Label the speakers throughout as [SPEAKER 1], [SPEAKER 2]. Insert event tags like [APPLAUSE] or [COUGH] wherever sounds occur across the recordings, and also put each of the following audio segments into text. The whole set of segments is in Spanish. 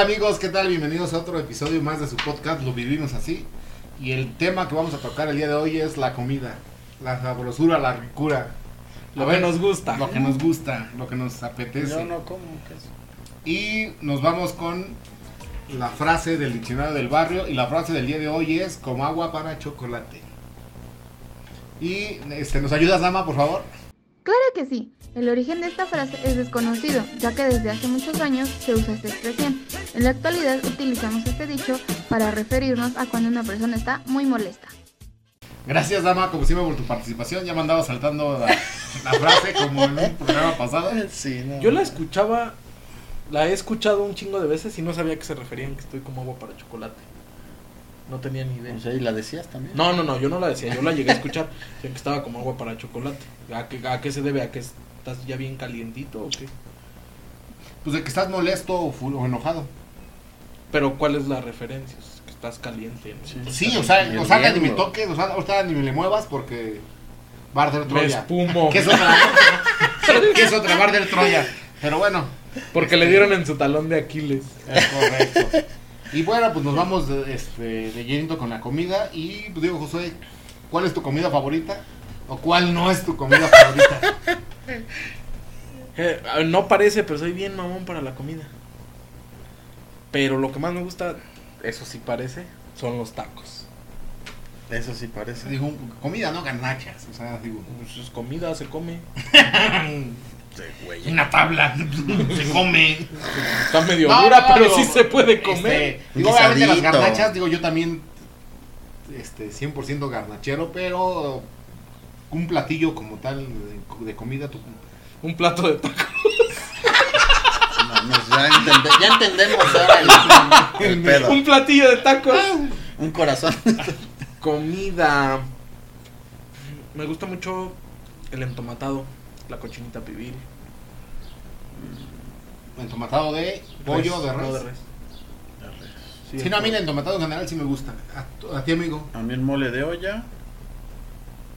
[SPEAKER 1] amigos? ¿Qué tal? Bienvenidos a otro episodio más de su podcast Lo Vivimos Así. Y el tema que vamos a tocar el día de hoy es la comida, la sabrosura, la ricura.
[SPEAKER 2] Lo que nos gusta.
[SPEAKER 1] Lo que nos gusta, lo que nos apetece.
[SPEAKER 3] Yo no como queso.
[SPEAKER 1] Y nos vamos con la frase del diccionario del barrio. Y la frase del día de hoy es como agua para chocolate. Y este, ¿nos ayudas, dama, por favor?
[SPEAKER 4] Claro que sí. El origen de esta frase es desconocido, ya que desde hace muchos años se usa esta expresión. En la actualidad utilizamos este dicho para referirnos a cuando una persona está muy molesta.
[SPEAKER 1] Gracias, dama, como siempre, por tu participación. Ya me andaba saltando la, la frase como en un programa pasado.
[SPEAKER 3] [LAUGHS] Sí, no.
[SPEAKER 2] Yo la escuchaba, la he escuchado un chingo de veces y no sabía a qué se referían que estoy como agua para chocolate. No tenía ni idea.
[SPEAKER 3] O sea, y la decías también.
[SPEAKER 2] No, no, no, yo no la decía, yo la llegué a escuchar. [LAUGHS] Decían que estaba como agua para chocolate. ¿A qué, a qué se debe? ¿A que estás ya bien calientito o qué?
[SPEAKER 1] Pues de que estás molesto o, fu- o enojado.
[SPEAKER 2] Pero ¿cuál es la referencia? Es que estás caliente. ¿no?
[SPEAKER 1] Sí, o sea,
[SPEAKER 3] hirviendo.
[SPEAKER 1] o sea, ni me toques, o sea, ahorita ni me le muevas porque va a arder
[SPEAKER 2] Me
[SPEAKER 1] Troya.
[SPEAKER 2] espumo.
[SPEAKER 1] Que es otra, [LAUGHS] que es otra, va a arder Troya. Pero bueno,
[SPEAKER 2] Porque le dieron en su talón de Aquiles.
[SPEAKER 1] es correcto. Y bueno, pues nos vamos de, este, de llenito con la comida. Y pues digo, José, ¿cuál es tu comida favorita? ¿O cuál no es tu comida favorita?
[SPEAKER 2] Eh, ah, no parece, pero soy bien mamón para la comida. Pero lo que más me gusta, eso sí parece, son los tacos.
[SPEAKER 3] Eso sí parece.
[SPEAKER 1] Digo, comida, no ganachas. O sea, digo,
[SPEAKER 2] Pues es comida, se come.
[SPEAKER 1] una tabla, [LAUGHS] se come.
[SPEAKER 2] Está medio
[SPEAKER 1] No,
[SPEAKER 2] dura,
[SPEAKER 1] no,
[SPEAKER 2] pero
[SPEAKER 1] digo,
[SPEAKER 2] sí se puede comer.
[SPEAKER 1] Este, digo, obviamente las
[SPEAKER 3] Guisadito.
[SPEAKER 1] garnachas, digo, yo también, este, 100% garnachero, pero un platillo como tal de, de comida, tú-
[SPEAKER 2] Un plato de tacos.
[SPEAKER 3] No, no, ya, entende- ya entendemos ahora
[SPEAKER 1] [LAUGHS]
[SPEAKER 3] el, el pedo.
[SPEAKER 2] Un platillo de tacos.
[SPEAKER 1] Ah.
[SPEAKER 3] Un corazón.
[SPEAKER 2] Comida. Me gusta mucho el entomatado, la cochinita pibil.
[SPEAKER 1] entomatado de pollo,
[SPEAKER 2] Res,
[SPEAKER 1] de res.
[SPEAKER 2] no Sí,
[SPEAKER 1] Sí, no, a mí el
[SPEAKER 2] el-
[SPEAKER 1] entomatado en general sí me gusta. A, a ti, amigo.
[SPEAKER 3] A mí el mole de olla,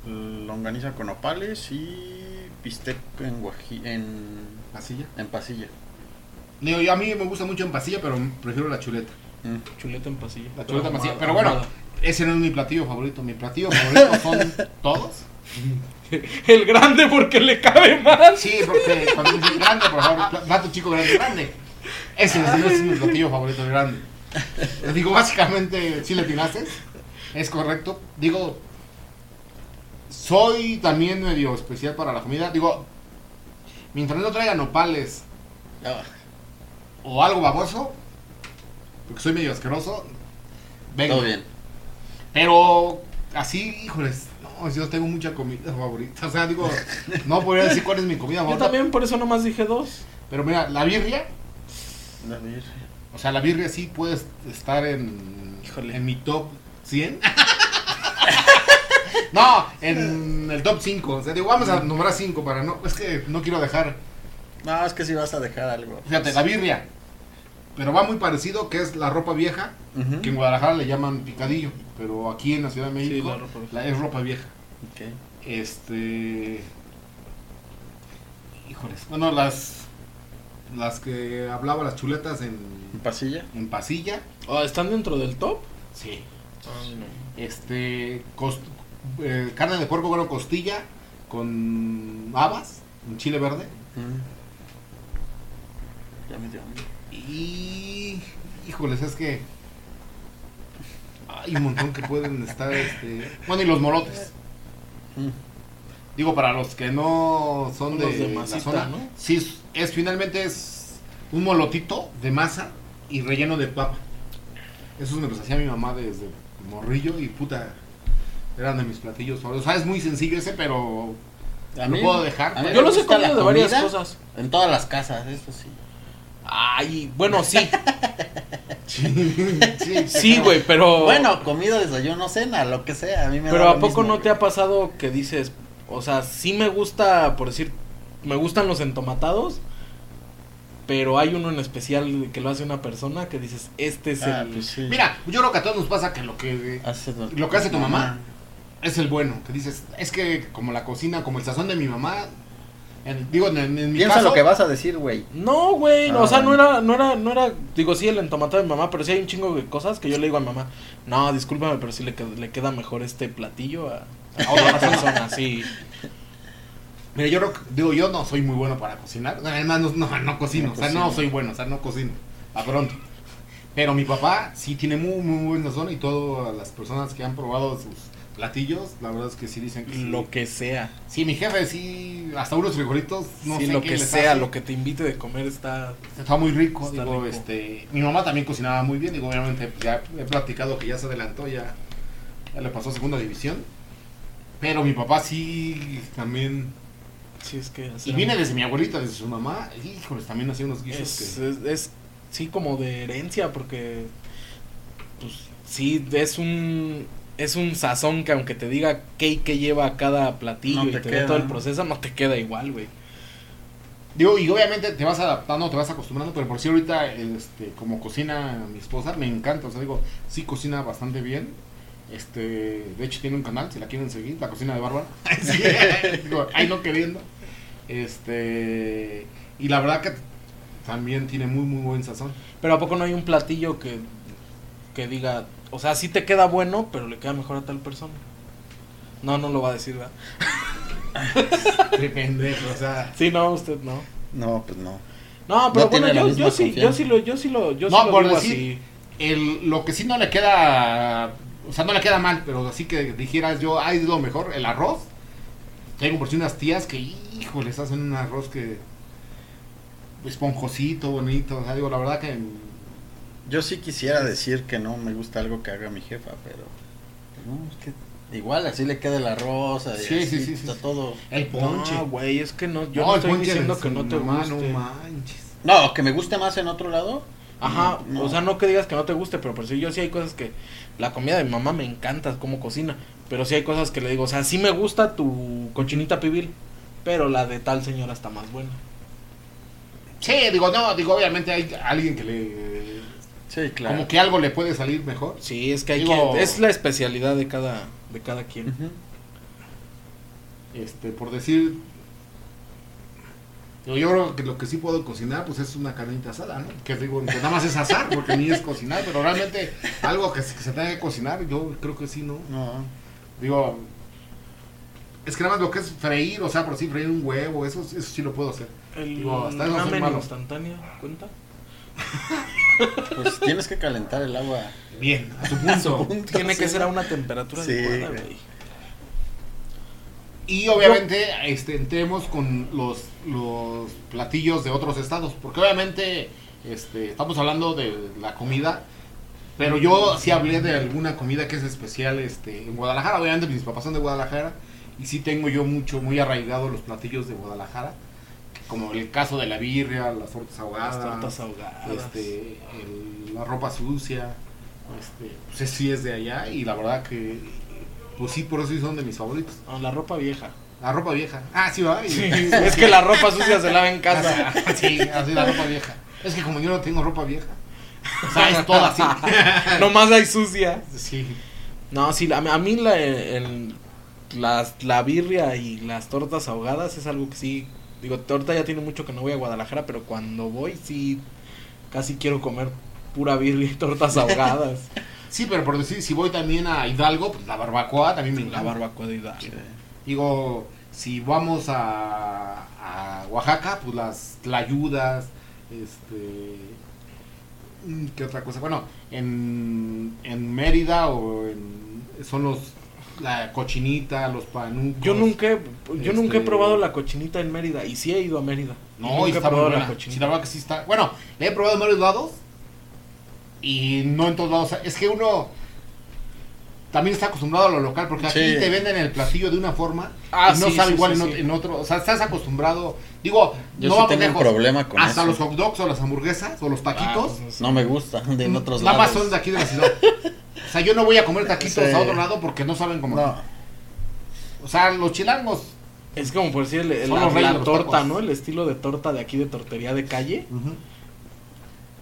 [SPEAKER 3] longaniza con opales y bistec en, guaji- en,
[SPEAKER 1] Pasilla.
[SPEAKER 3] en pasilla.
[SPEAKER 1] Digo, yo- a mí me gusta mucho en pasilla, pero prefiero la chuleta.
[SPEAKER 3] Mm.
[SPEAKER 2] Chuleta en pasilla.
[SPEAKER 1] La chuleta en
[SPEAKER 2] Ahumada,
[SPEAKER 1] pasilla. Pero bueno,
[SPEAKER 2] ahumada.
[SPEAKER 1] ese no es mi platillo favorito. Mi platillo favorito son todos.
[SPEAKER 2] El grande porque le cabe más.
[SPEAKER 1] Sí, porque cuando dicen grande, por favor, pla- plato chico, grande, grande. Ese es, ese es mi platillo favorito, el grande. Les digo, básicamente, si le tiraste, es correcto. Digo, soy también medio especial para la comida. Digo, mientras no traigan opales
[SPEAKER 3] Ah,
[SPEAKER 1] o algo baboso, porque soy medio asqueroso, venga.
[SPEAKER 3] todo bien.
[SPEAKER 1] Pero así, híjoles, no, yo tengo mucha comida favorita. O sea, digo, no podría decir cuál es mi comida
[SPEAKER 2] Yo
[SPEAKER 1] favorita.
[SPEAKER 2] también por eso nomás dije dos.
[SPEAKER 1] Pero mira, la birria.
[SPEAKER 3] La virgen.
[SPEAKER 1] O sea, la birria sí puede estar en,
[SPEAKER 2] Híjole.
[SPEAKER 1] en mi top 100. [LAUGHS] no, en el top 5. O sea, digo, vamos a nombrar 5 para no. Es que no quiero dejar.
[SPEAKER 3] No, es que si vas a dejar algo. Pues,
[SPEAKER 1] Fíjate, la birria. Pero va muy parecido, que es la ropa vieja.
[SPEAKER 3] Ujú.
[SPEAKER 1] Que en Guadalajara le llaman picadillo. Pero aquí en la Ciudad de
[SPEAKER 2] Sí,
[SPEAKER 1] México
[SPEAKER 2] la ropa vieja.
[SPEAKER 1] la- es ropa vieja.
[SPEAKER 3] Ok.
[SPEAKER 1] Este. Híjoles. Bueno, las. Las que hablaba las chuletas en,
[SPEAKER 3] ¿En pasilla?
[SPEAKER 1] en pasilla.
[SPEAKER 2] Ah, ¿Están dentro del top?
[SPEAKER 1] Sí.
[SPEAKER 2] Ah, no.
[SPEAKER 1] este cost- eh, carne de puerco bueno costilla con habas un chile verde
[SPEAKER 3] Ya me dio hambre.
[SPEAKER 1] y híjoles es que hay un montón que pueden estar este bueno y los molotes
[SPEAKER 3] Mm.
[SPEAKER 1] digo para los que no son
[SPEAKER 2] Son los
[SPEAKER 1] de,
[SPEAKER 2] de
[SPEAKER 1] la
[SPEAKER 2] masita,
[SPEAKER 1] zona
[SPEAKER 2] ¿no?
[SPEAKER 1] sí es, es- finalmente es un molotito de masa y relleno de papa esos me los hacía mi mamá desde morrillo y puta eran de mis platillos favoritos. o sea es muy sencillo ese pero
[SPEAKER 3] A
[SPEAKER 1] ¿Lo puedo dejar?
[SPEAKER 3] a mí
[SPEAKER 2] Yo
[SPEAKER 3] me
[SPEAKER 2] los he
[SPEAKER 3] gusta la
[SPEAKER 2] comido de varias
[SPEAKER 3] comida
[SPEAKER 2] cosas.
[SPEAKER 3] En todas las casas, eso sí.
[SPEAKER 2] Ay,
[SPEAKER 1] [LAUGHS]
[SPEAKER 2] bueno, sí.
[SPEAKER 3] [LAUGHS]
[SPEAKER 1] sí,
[SPEAKER 2] Sí,
[SPEAKER 1] pero-
[SPEAKER 2] güey, pero.
[SPEAKER 3] Bueno, comida, desayuno, cena, lo que sea. A mí me da
[SPEAKER 2] Pero
[SPEAKER 3] lo
[SPEAKER 2] ¿a poco
[SPEAKER 3] mismo,
[SPEAKER 2] no te ha
[SPEAKER 3] güey.
[SPEAKER 2] pasado que dices, o sea, sí me gusta, por decir, me gustan los entomatados, pero hay uno en especial que lo hace una persona que dices, este es
[SPEAKER 3] Ah,
[SPEAKER 2] el...
[SPEAKER 3] pues sí.
[SPEAKER 1] Mira, yo creo que a todos nos pasa que lo que
[SPEAKER 3] Hace tu-
[SPEAKER 1] lo que hace tu mamá. es el bueno, que dices, es que como la cocina, como el sazón de mi mamá, En- digo, en, en mi
[SPEAKER 3] Piensa
[SPEAKER 1] caso,
[SPEAKER 3] lo que vas a decir, güey.
[SPEAKER 2] No, güey,
[SPEAKER 3] Ah,
[SPEAKER 2] o sea, no
[SPEAKER 3] bueno.
[SPEAKER 2] era, no era, no era, digo, sí, el entomatado de mi mamá, pero sí hay un chingo de cosas que yo le digo a mi mamá, no, discúlpame, pero sí le, qued- le queda mejor este platillo a, a
[SPEAKER 3] [LAUGHS]
[SPEAKER 2] otra persona, sí.
[SPEAKER 1] Mira, yo creo que- digo, yo no soy muy bueno para cocinar. Además, no, no, no cocino.
[SPEAKER 3] No
[SPEAKER 1] o sea, no
[SPEAKER 3] cocino.
[SPEAKER 1] soy bueno. O sea, no cocino. A pronto. Pero mi papá sí tiene muy, muy buena zona y todas las personas que han probado sus platillos, la verdad es que sí dicen que sí.
[SPEAKER 2] Lo que sea,
[SPEAKER 1] Sí, mi jefe sí, hasta unos frijolitos, no
[SPEAKER 2] sí,
[SPEAKER 1] sé
[SPEAKER 2] lo
[SPEAKER 1] qué
[SPEAKER 2] que
[SPEAKER 1] les
[SPEAKER 2] sea,
[SPEAKER 1] hace.
[SPEAKER 2] lo que te invite de comer está...
[SPEAKER 1] Está muy rico,
[SPEAKER 2] Está
[SPEAKER 1] digo,
[SPEAKER 2] rico.
[SPEAKER 1] este, mi mamá también cocinaba muy bien, digo, obviamente pues, ya he platicado que ya se adelantó, ya, ya le pasó a segunda división, pero mi papá sí también,
[SPEAKER 2] Sí, es que...
[SPEAKER 1] y
[SPEAKER 2] hacer-
[SPEAKER 1] viene desde mi abuelita, desde su mamá, híjoles, también hacía unos guisos
[SPEAKER 2] es,
[SPEAKER 1] que...
[SPEAKER 2] es- es, sí, como de herencia, porque, pues, sí, es un... Es un sazón que aunque te diga qué y qué lleva cada platillo
[SPEAKER 3] No
[SPEAKER 2] y
[SPEAKER 3] te
[SPEAKER 2] te
[SPEAKER 3] queda,
[SPEAKER 2] dé todo el
[SPEAKER 3] ¿no?
[SPEAKER 2] proceso, no te queda igual, güey.
[SPEAKER 1] Digo, y obviamente te vas adaptando, te vas acostumbrando, pero por si ahorita, este, como cocina mi esposa, me encanta, o sea, digo, sí cocina bastante bien, este, de hecho tiene un canal, si la quieren seguir, la cocina de Bárbara, [LAUGHS] Sí, digo, ahí no queriendo, este, y la verdad que también tiene muy, muy buen sazón.
[SPEAKER 2] Pero ¿a poco no hay un platillo que, que diga, o sea, sí te queda bueno, pero le queda mejor a tal persona? No, no lo va a decir, ¿verdad?
[SPEAKER 1] Qué pendejo, o sea.
[SPEAKER 2] Sí, no, usted no.
[SPEAKER 3] No, pues no.
[SPEAKER 2] No, pero
[SPEAKER 3] No tiene
[SPEAKER 2] bueno,
[SPEAKER 3] la
[SPEAKER 2] yo,
[SPEAKER 3] misma
[SPEAKER 2] yo sí, yo
[SPEAKER 3] confianza.
[SPEAKER 2] sí lo, yo sí lo, yo
[SPEAKER 1] No,
[SPEAKER 2] sí lo
[SPEAKER 1] por
[SPEAKER 2] digo
[SPEAKER 1] decir- El, lo que sí no le queda, o sea, no le queda mal, pero así que dijeras yo, ay, es lo mejor, el arroz. Tengo por si unas tías que, híjoles, hacen un arroz que esponjosito, bonito, o sea, digo, la verdad que
[SPEAKER 3] Yo sí quisiera decir que no me gusta algo que haga mi jefa, pero. pues No, es que. Igual, así le queda el arroz, eh, así
[SPEAKER 1] Sí, sí, sí,
[SPEAKER 3] está
[SPEAKER 1] sí.
[SPEAKER 3] todo.
[SPEAKER 1] el
[SPEAKER 2] así.
[SPEAKER 1] ponche.
[SPEAKER 2] No, güey, es que no, yo
[SPEAKER 1] No,
[SPEAKER 2] no
[SPEAKER 1] el
[SPEAKER 2] estoy
[SPEAKER 1] ponche de
[SPEAKER 2] diciendo
[SPEAKER 1] su
[SPEAKER 2] que no te
[SPEAKER 1] mamá,
[SPEAKER 2] guste.
[SPEAKER 1] No manches.
[SPEAKER 3] No, que me guste más en otro lado.
[SPEAKER 2] Ajá,
[SPEAKER 3] No, no.
[SPEAKER 2] o sea, no que digas que no te guste, pero por si yo sí hay cosas que la comida de mi mamá me encanta cómo cocina, pero sí hay cosas que le digo, o sea, sí me gusta tu cochinita pibil, pero la de tal señora está más buena.
[SPEAKER 1] Sí, digo, no, digo, obviamente hay alguien que le...
[SPEAKER 3] Sí, claro.
[SPEAKER 1] Como que algo le puede salir mejor.
[SPEAKER 2] Sí, es que hay
[SPEAKER 1] Digo-
[SPEAKER 2] quien- es la especialidad de cada de cada quien.
[SPEAKER 3] Ujú.
[SPEAKER 1] este por decir yo, yo creo que lo que sí puedo cocinar pues es una carnita asada no que digo que nada más es asar [LAUGHS] porque ni es cocinar pero realmente algo que, se- que se tenga que cocinar yo creo que sí no
[SPEAKER 3] No.
[SPEAKER 1] digo es que nada más lo que es freír o sea por sí freír un huevo eso eso sí lo puedo hacer
[SPEAKER 2] El
[SPEAKER 1] Digo, hasta eso soy
[SPEAKER 2] ramen
[SPEAKER 1] malo.
[SPEAKER 2] instantáneo, ¿cuenta?
[SPEAKER 3] Pues tienes que calentar el agua.
[SPEAKER 1] bien a su punto
[SPEAKER 2] [LAUGHS] Tiene que ser a una temperatura
[SPEAKER 3] Sí,
[SPEAKER 2] adecuada,
[SPEAKER 3] güey.
[SPEAKER 2] güey.
[SPEAKER 1] Y obviamente este, entremos con los, los platillos de otros estados, porque obviamente este, estamos hablando de la comida, pero yo sí hablé de alguna comida que es especial este, en Guadalajara, obviamente mis papás son de Guadalajara, y sí tengo yo mucho, muy arraigado los platillos de Guadalajara, como el caso de la birria, las tortas ahogadas,
[SPEAKER 2] Las tortas ahogadas.
[SPEAKER 1] este, el- la ropa sucia, este, pues es- sí es de allá, y la verdad que, pues sí, por eso sí son de mis favoritos.
[SPEAKER 2] No, la ropa vieja.
[SPEAKER 1] La ropa vieja. Ah, sí, va.
[SPEAKER 2] [LAUGHS] es que la ropa sucia se lava en
[SPEAKER 1] [LAUGHS]
[SPEAKER 2] casa.
[SPEAKER 1] Ah, Sí, así la ropa vieja. Es que como yo no tengo ropa vieja. O sea, es toda así.
[SPEAKER 2] Nomás hay sucia.
[SPEAKER 1] Sí.
[SPEAKER 2] No, sí, a mí, a mí la, el- las, la birria y las tortas ahogadas es algo que sí. Digo, torta ya tiene mucho que no voy a Guadalajara, pero cuando voy sí casi quiero comer pura birria
[SPEAKER 1] [LAUGHS]
[SPEAKER 2] y tortas ahogadas.
[SPEAKER 1] Sí, pero por decir, si voy también a Hidalgo, pues la barbacoa también me
[SPEAKER 2] la
[SPEAKER 1] encanta.
[SPEAKER 2] barbacoa de Hidalgo.
[SPEAKER 1] Digo, si vamos a, a Oaxaca, pues las tlayudas, este... mm, ¿Qué otra cosa? Bueno, en, en Mérida o en... Son los... La cochinita, los panucos.
[SPEAKER 2] Yo nunca, he- yo nunca he
[SPEAKER 1] Este-
[SPEAKER 2] probado la cochinita en Mérida y sí he ido a Mérida. Y
[SPEAKER 1] No,
[SPEAKER 2] nunca
[SPEAKER 1] y
[SPEAKER 2] he
[SPEAKER 1] está muy
[SPEAKER 2] probado
[SPEAKER 1] buena.
[SPEAKER 2] la
[SPEAKER 1] Sí, la
[SPEAKER 2] cochinita.
[SPEAKER 1] verdad que sí está. Bueno, la he probado en varios lados. Y no en todos lados. O sea, Es que uno también está acostumbrado a lo local. Porque aquí
[SPEAKER 3] Sí.
[SPEAKER 1] te venden el platillo de una forma.
[SPEAKER 2] Ah,
[SPEAKER 1] y no
[SPEAKER 2] sí,
[SPEAKER 1] sabe
[SPEAKER 2] sí,
[SPEAKER 1] igual
[SPEAKER 2] sí,
[SPEAKER 1] en,
[SPEAKER 2] sí.
[SPEAKER 1] ot- en otro. O sea, estás acostumbrado. Digo,
[SPEAKER 3] Yo
[SPEAKER 1] no
[SPEAKER 3] sí
[SPEAKER 1] vamos
[SPEAKER 3] tengo un
[SPEAKER 1] lejos.
[SPEAKER 3] problema con
[SPEAKER 1] Hasta
[SPEAKER 3] eso.
[SPEAKER 1] los hot dogs o las hamburguesas o los
[SPEAKER 2] Ah,
[SPEAKER 1] taquitos.
[SPEAKER 2] pues,
[SPEAKER 3] No me gusta. De en otros
[SPEAKER 1] nada
[SPEAKER 3] lados.
[SPEAKER 1] más son de aquí de la ciudad. O sea, yo no voy a comer taquitos
[SPEAKER 3] Sí.
[SPEAKER 1] a otro lado porque no saben cómo.
[SPEAKER 3] No.
[SPEAKER 1] O sea, los chilangos.
[SPEAKER 2] Es como por decir el- el-
[SPEAKER 1] Son
[SPEAKER 2] la,
[SPEAKER 1] los reyes
[SPEAKER 2] la
[SPEAKER 1] de los
[SPEAKER 2] torta,
[SPEAKER 1] tacos.
[SPEAKER 2] ¿no? El estilo de torta de aquí de tortería de calle.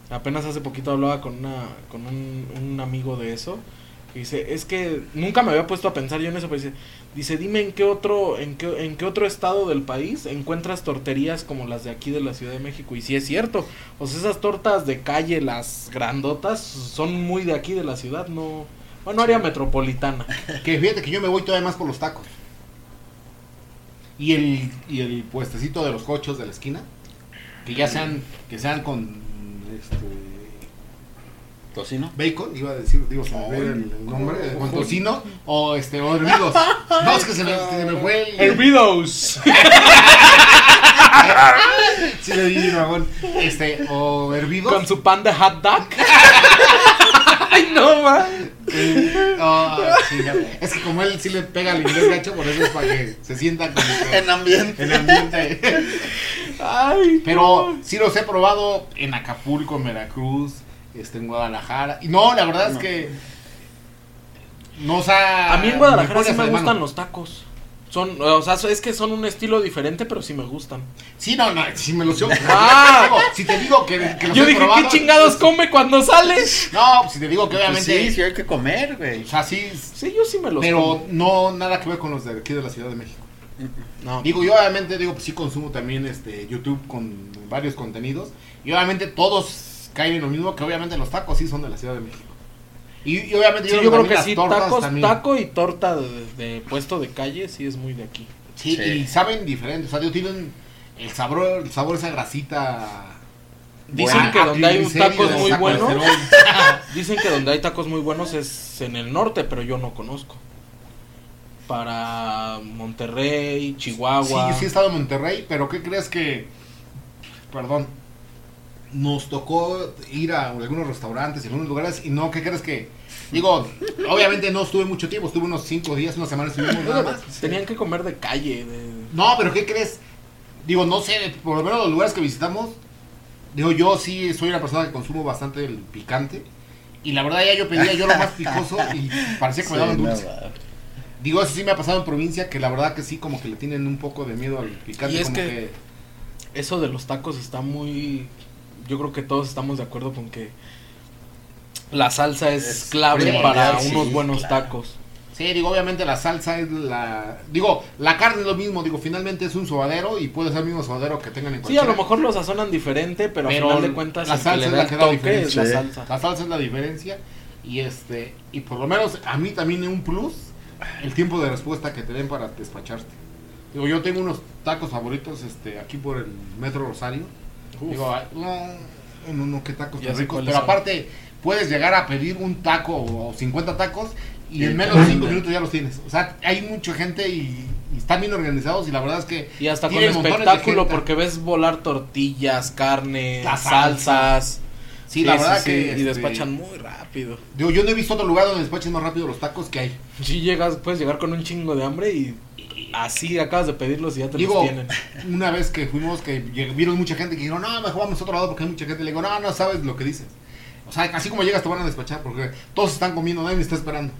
[SPEAKER 2] Apenas hace poquito hablaba con, una, con un, un amigo de eso que dice, es que nunca me había puesto a pensar yo en eso, pero dice, dice, dime en qué otro, en qué, en qué otro estado del país encuentras torterías como las de aquí de la Ciudad de México. Y sí es cierto, o sea, esas tortas de calle, las grandotas, son muy de aquí de la ciudad, no, bueno, área [LAUGHS] metropolitana.
[SPEAKER 1] Que fíjate que yo me voy todavía más por los tacos. Y el, y el puestecito de los cochos de la esquina, que ya sean, que sean con este,
[SPEAKER 3] ¿Tocino?
[SPEAKER 1] bacon, iba a decir, digo, se me ve el el nombre, eh, con tocino o este o hervidos. No, es que se me, se me fue
[SPEAKER 2] [LAUGHS]
[SPEAKER 1] el
[SPEAKER 2] Hervidos. [LAUGHS]
[SPEAKER 1] Sí, le di dragón. Este, o hervidos.
[SPEAKER 2] Con su pan de hot dog. [LAUGHS] Ay, no, va.
[SPEAKER 1] Eh, oh, chingada. es que como él sí le pega al inglés gacho, por eso es para que se sienta como que
[SPEAKER 3] En ambiente.
[SPEAKER 1] en ambiente.
[SPEAKER 2] Ay,
[SPEAKER 1] Pero sí los he probado en Acapulco, en Veracruz, este, en Guadalajara. Y no, la verdad es
[SPEAKER 3] No.
[SPEAKER 1] que. No, o sea.
[SPEAKER 2] A mí en Guadalajara
[SPEAKER 1] mejores
[SPEAKER 2] sí me
[SPEAKER 1] hermanos.
[SPEAKER 2] gustan los tacos. Son, o sea, es que son un estilo diferente, pero sí me gustan.
[SPEAKER 1] Sí, no, no, si me los yo.
[SPEAKER 2] Ah.
[SPEAKER 1] Si te digo que, que los
[SPEAKER 2] Yo
[SPEAKER 1] he
[SPEAKER 2] dije,
[SPEAKER 1] probado-
[SPEAKER 2] ¿qué chingados come cuando sales?
[SPEAKER 1] No, si te digo que
[SPEAKER 3] Pues
[SPEAKER 1] obviamente.
[SPEAKER 3] sí, sí hay que comer, güey.
[SPEAKER 1] O sea, sí.
[SPEAKER 2] Sí, yo sí me los
[SPEAKER 1] Pero
[SPEAKER 2] como.
[SPEAKER 1] no nada que ver con los de aquí de la Ciudad de México.
[SPEAKER 2] No.
[SPEAKER 1] Digo, yo obviamente digo, pues sí consumo también este YouTube con varios contenidos. Y obviamente todos caen en lo mismo que obviamente los tacos sí son de la Ciudad de México. Y, y obviamente
[SPEAKER 2] Sí,
[SPEAKER 1] creo
[SPEAKER 2] yo creo
[SPEAKER 1] también
[SPEAKER 2] que
[SPEAKER 1] las
[SPEAKER 2] sí,
[SPEAKER 1] tortas
[SPEAKER 2] tacos,
[SPEAKER 1] también.
[SPEAKER 2] taco y torta de, de puesto de calle, sí es muy
[SPEAKER 1] [LAUGHS]
[SPEAKER 2] de aquí.
[SPEAKER 1] Sí,
[SPEAKER 3] Sí.
[SPEAKER 1] y saben diferente. O sea, digo, tienen el sabor, el sabor esa grasita.
[SPEAKER 2] Dicen
[SPEAKER 1] buena,
[SPEAKER 2] que donde hay un
[SPEAKER 1] triglicéridos,
[SPEAKER 2] taco es muy
[SPEAKER 1] saco
[SPEAKER 2] bueno.
[SPEAKER 1] colesterol.
[SPEAKER 2] Dicen que donde hay tacos muy buenos es en el norte, pero yo no conozco. Para Monterrey,
[SPEAKER 1] Sí,
[SPEAKER 2] Chihuahua.
[SPEAKER 1] yo sí he estado en Monterrey, pero ¿qué crees que.? Perdón. Nos tocó ir a algunos restaurantes y algunos lugares y no, ¿qué crees que.? Digo, obviamente no estuve mucho tiempo, estuve unos cinco días, una semana estuvimos nada más.
[SPEAKER 2] Tenían que comer de calle. de-
[SPEAKER 1] No, pero ¿qué crees? Digo, no sé, por lo menos los lugares que visitamos, digo, yo sí soy una persona que consumo bastante el picante y la verdad ya yo pedía yo lo más picoso y parecía que me daban
[SPEAKER 3] Sí, no,
[SPEAKER 1] dulce.
[SPEAKER 3] va.
[SPEAKER 1] Digo, eso sí me ha pasado en provincia que la verdad que sí, como que le tienen un poco de miedo al picante,
[SPEAKER 2] Y es
[SPEAKER 1] como
[SPEAKER 2] que-
[SPEAKER 1] que
[SPEAKER 2] Eso de los tacos está muy. Yo creo que todos estamos de acuerdo con que la salsa es,
[SPEAKER 3] Es
[SPEAKER 2] clave
[SPEAKER 1] primordial,
[SPEAKER 2] para
[SPEAKER 1] sí,
[SPEAKER 2] unos buenos
[SPEAKER 3] claro.
[SPEAKER 2] tacos.
[SPEAKER 1] Sí, digo, obviamente la salsa es la... Digo, la carne es lo mismo, digo, finalmente es un sobadero y puede ser el mismo sobadero que tengan en
[SPEAKER 2] Sí, a
[SPEAKER 1] cualquier...
[SPEAKER 2] lo mejor los sazonan diferente, pero,
[SPEAKER 1] Pero
[SPEAKER 2] a final de cuentas
[SPEAKER 1] la
[SPEAKER 2] el que
[SPEAKER 1] salsa
[SPEAKER 2] le
[SPEAKER 1] es
[SPEAKER 2] da
[SPEAKER 1] la
[SPEAKER 2] el
[SPEAKER 1] que da la
[SPEAKER 2] toque es la
[SPEAKER 3] diferencia.
[SPEAKER 2] salsa.
[SPEAKER 1] La salsa es la diferencia y este... Y por lo menos a mí también es un plus el tiempo de respuesta que te den para despacharte. Digo, yo tengo unos tacos favoritos este aquí por el Metro Rosario. Digo, ay, no, no, no, qué tacos
[SPEAKER 2] Ya
[SPEAKER 1] tan
[SPEAKER 2] sé
[SPEAKER 1] ricos.
[SPEAKER 2] cuáles
[SPEAKER 1] Pero
[SPEAKER 2] son.
[SPEAKER 1] aparte, puedes llegar a pedir un taco o 50 tacos y
[SPEAKER 3] Sí,
[SPEAKER 1] en menos
[SPEAKER 3] te
[SPEAKER 1] de 5
[SPEAKER 3] venden.
[SPEAKER 1] minutos ya los tienes. O sea, hay mucha gente y, y están bien organizados y la verdad es que.
[SPEAKER 2] Y hasta con
[SPEAKER 1] tienen montones de
[SPEAKER 2] espectáculo,
[SPEAKER 1] gente.
[SPEAKER 2] porque ves volar tortillas, carne,
[SPEAKER 1] La
[SPEAKER 2] salsas.
[SPEAKER 1] Sí, la verdad que.
[SPEAKER 2] Y
[SPEAKER 1] este,
[SPEAKER 2] despachan muy rápido.
[SPEAKER 1] Digo, yo no he visto otro lugar donde despachen más rápido los tacos que hay.
[SPEAKER 2] Si llegas, puedes llegar con un chingo de hambre y así acabas de pedirlos y ya te
[SPEAKER 1] Digo,
[SPEAKER 2] los tienen.
[SPEAKER 1] una vez que fuimos, que lleg- vieron mucha gente que dijeron, no, mejor vamos a otro lado porque hay mucha gente. Le digo, no, no sabes lo que dices. O sea, así como llegas te van a despachar porque todos están comiendo, nadie me está esperando.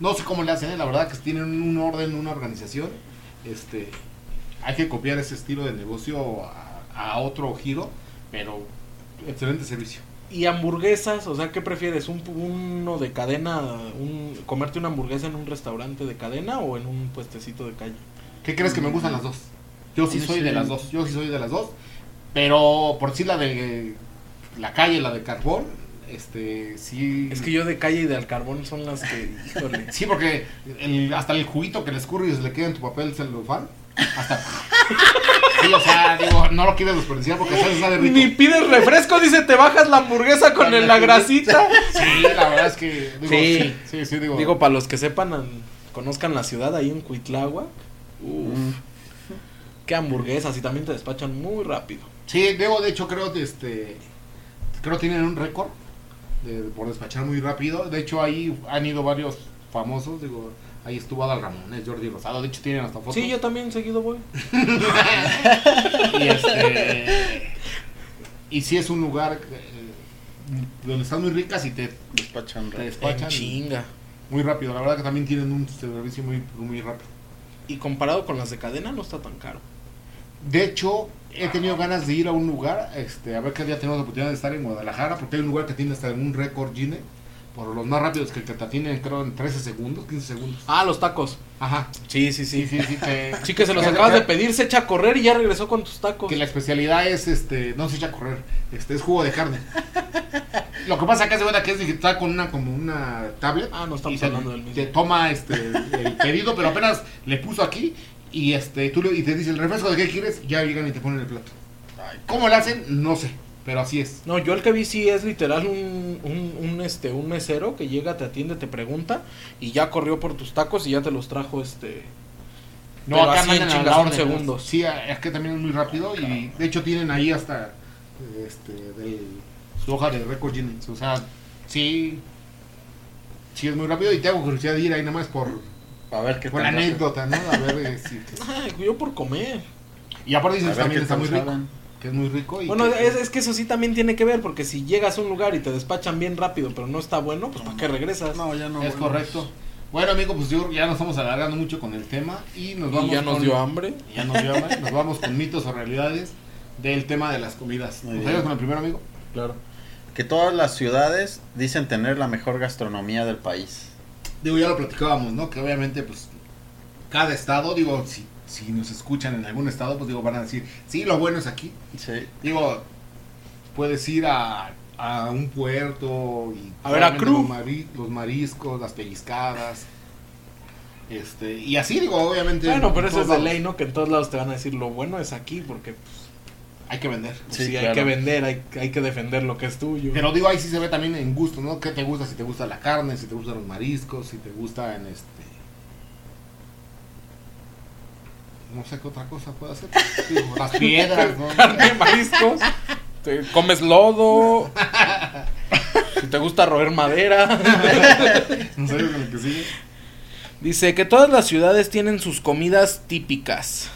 [SPEAKER 1] No sé cómo le hacen, ¿eh? la verdad que tienen un orden, una organización. Este, hay que copiar ese estilo de negocio a, a otro giro, pero excelente servicio.
[SPEAKER 2] Y hamburguesas, o sea, ¿qué prefieres? ¿Un, ¿Uno de cadena? Un, ¿Comerte una hamburguesa en un restaurante de cadena o en un puestecito de calle?
[SPEAKER 1] ¿Qué crees que me gustan las dos? Yo sí
[SPEAKER 3] A mí
[SPEAKER 1] soy
[SPEAKER 3] sí.
[SPEAKER 1] de las dos, yo sí soy de las dos, pero por si la de la calle, la de carbón, este, sí.
[SPEAKER 2] Es que yo de calle y de al carbón son las [LAUGHS] que, híjole.
[SPEAKER 1] Sí, porque el- hasta el juguito que le escurre y se le queda en tu papel celofán, hasta... Sí, o sea, digo, no lo quieres desperdiciar porque sabes, sabe rico.
[SPEAKER 2] Ni pides refresco, dice, te bajas la hamburguesa con el- la grasita.
[SPEAKER 1] Sí, la verdad es que... Digo,
[SPEAKER 2] Sí.
[SPEAKER 1] sí, sí, sí, digo...
[SPEAKER 2] Digo, para los que sepan, an- conozcan la ciudad ahí en Cuitláhuac. Uf, qué hamburguesas y también te despachan muy rápido.
[SPEAKER 1] Sí, digo, de hecho creo que este... Creo tienen un récord de- por despachar muy rápido. De hecho, ahí han ido varios famosos, digo... Ahí estuvo Adal Ramones, Jordi Rosado, de hecho tienen hasta fotos. [LAUGHS]
[SPEAKER 2] Sí, yo también seguido voy.
[SPEAKER 1] Y este... Y sí es un lugar eh, donde están muy ricas y te,
[SPEAKER 3] Despachan
[SPEAKER 1] te
[SPEAKER 3] rápido.
[SPEAKER 1] despachan.
[SPEAKER 2] En chinga.
[SPEAKER 1] Muy rápido, la verdad que también tienen un servicio muy, muy rápido.
[SPEAKER 2] Y comparado con las de cadena no está tan caro.
[SPEAKER 1] De hecho, he tenido ganas de ir a un lugar, este, a ver qué día tenemos la oportunidad de estar en Guadalajara, porque hay un lugar que tiene hasta un récord Gine por los más rápidos que el catatín creo en 13 segundos, 15 segundos.
[SPEAKER 2] Ah, los tacos.
[SPEAKER 1] Ajá.
[SPEAKER 2] Sí, sí, sí.
[SPEAKER 1] sí, sí. que-
[SPEAKER 2] Sí que se los acabas de pedir, se echa a correr y ya regresó con tus tacos.
[SPEAKER 1] Que la especialidad es, este, no se echa a correr, este, es jugo de carne. Lo que pasa acá se cuenta que es digital con una, como una tablet.
[SPEAKER 2] Ah, no
[SPEAKER 1] y
[SPEAKER 2] estamos
[SPEAKER 1] se-
[SPEAKER 2] hablando del
[SPEAKER 1] Te
[SPEAKER 2] mismo.
[SPEAKER 1] toma, este, el pedido, pero apenas le puso aquí y, este, tú le- y te dice el refresco de qué quieres, ya llegan y te ponen el plato.
[SPEAKER 3] Ay,
[SPEAKER 1] ¿Cómo lo hacen? No sé, pero así es.
[SPEAKER 2] No, yo el que vi sí es literal un, un, un, este, un mesero que llega, te atiende, te pregunta y ya corrió por tus tacos y ya te los trajo este...
[SPEAKER 1] No,
[SPEAKER 2] Pero
[SPEAKER 1] acá
[SPEAKER 2] así en
[SPEAKER 1] mandan a la
[SPEAKER 2] chingas, son
[SPEAKER 1] orden, ¿no?
[SPEAKER 2] segundos.
[SPEAKER 1] Sí, a- es que también es muy rápido y de hecho tienen ahí hasta este, del- su hoja de récord Guinness. O sea, sí, sí es muy rápido y te hago curiosidad de ir ahí nada más por,
[SPEAKER 3] a ver qué
[SPEAKER 1] por
[SPEAKER 3] tal hace.
[SPEAKER 1] anécdota, ¿no? A
[SPEAKER 2] [LAUGHS]
[SPEAKER 1] ver, eh, sí.
[SPEAKER 2] Ay, yo por comer.
[SPEAKER 1] Y aparte
[SPEAKER 3] A
[SPEAKER 1] dicen
[SPEAKER 3] ver
[SPEAKER 1] que también
[SPEAKER 3] qué
[SPEAKER 1] está
[SPEAKER 3] tal
[SPEAKER 1] muy rico.
[SPEAKER 3] saben.
[SPEAKER 1] Que es muy rico. Y
[SPEAKER 2] Bueno,
[SPEAKER 1] que-
[SPEAKER 2] es, es que eso sí también tiene que ver, porque si llegas a un lugar y te despachan bien rápido, pero no está bueno, pues ¿para qué regresas?
[SPEAKER 3] No, ya no.
[SPEAKER 1] es
[SPEAKER 3] bueno.
[SPEAKER 1] correcto. Bueno, amigo, pues yo- ya nos estamos alargando mucho con el tema y nos
[SPEAKER 2] Y
[SPEAKER 1] vamos
[SPEAKER 2] ya nos
[SPEAKER 1] con-
[SPEAKER 2] dio hambre.
[SPEAKER 1] Ya nos dio hambre. Nos vamos con mitos o realidades del tema de las comidas.
[SPEAKER 3] Muy
[SPEAKER 1] ¿Nos
[SPEAKER 3] bien.
[SPEAKER 1] vayas con el primero, amigo?
[SPEAKER 2] Claro.
[SPEAKER 3] Que todas las ciudades dicen tener la mejor gastronomía del país.
[SPEAKER 1] Digo, ya lo platicábamos, ¿no? Que obviamente, pues, cada estado, digo, si, si nos escuchan en algún estado, pues, digo, van a decir, sí, lo bueno es aquí.
[SPEAKER 3] Sí.
[SPEAKER 1] Digo, puedes ir a, a un puerto y... obviamente
[SPEAKER 2] A Veracruz.
[SPEAKER 1] Los, mari- los mariscos, las pellizcadas, este, y así, digo, obviamente...
[SPEAKER 2] Bueno,
[SPEAKER 1] en
[SPEAKER 2] pero eso
[SPEAKER 1] todos
[SPEAKER 2] es de
[SPEAKER 1] lados
[SPEAKER 2] ley, ¿no? Que en todos lados te van a decir lo bueno es aquí, porque pues,
[SPEAKER 1] Hay que vender.
[SPEAKER 3] Sí,
[SPEAKER 2] sí, hay
[SPEAKER 3] claro.
[SPEAKER 2] que vender, hay, hay que defender lo que es tuyo. [LAUGHS]
[SPEAKER 1] Pero digo, ahí sí se ve también en gusto, ¿no? ¿Qué te gusta? Si te gusta la carne, si te gustan los mariscos, si te gusta en este... No sé qué otra cosa puede hacer. Digo, las piedras, ¿no?
[SPEAKER 2] Carne, mariscos, te comes lodo, [LAUGHS] si te gusta roer madera.
[SPEAKER 1] ¿No sabes con lo que sigue?
[SPEAKER 2] Dice que todas las ciudades tienen sus comidas típicas.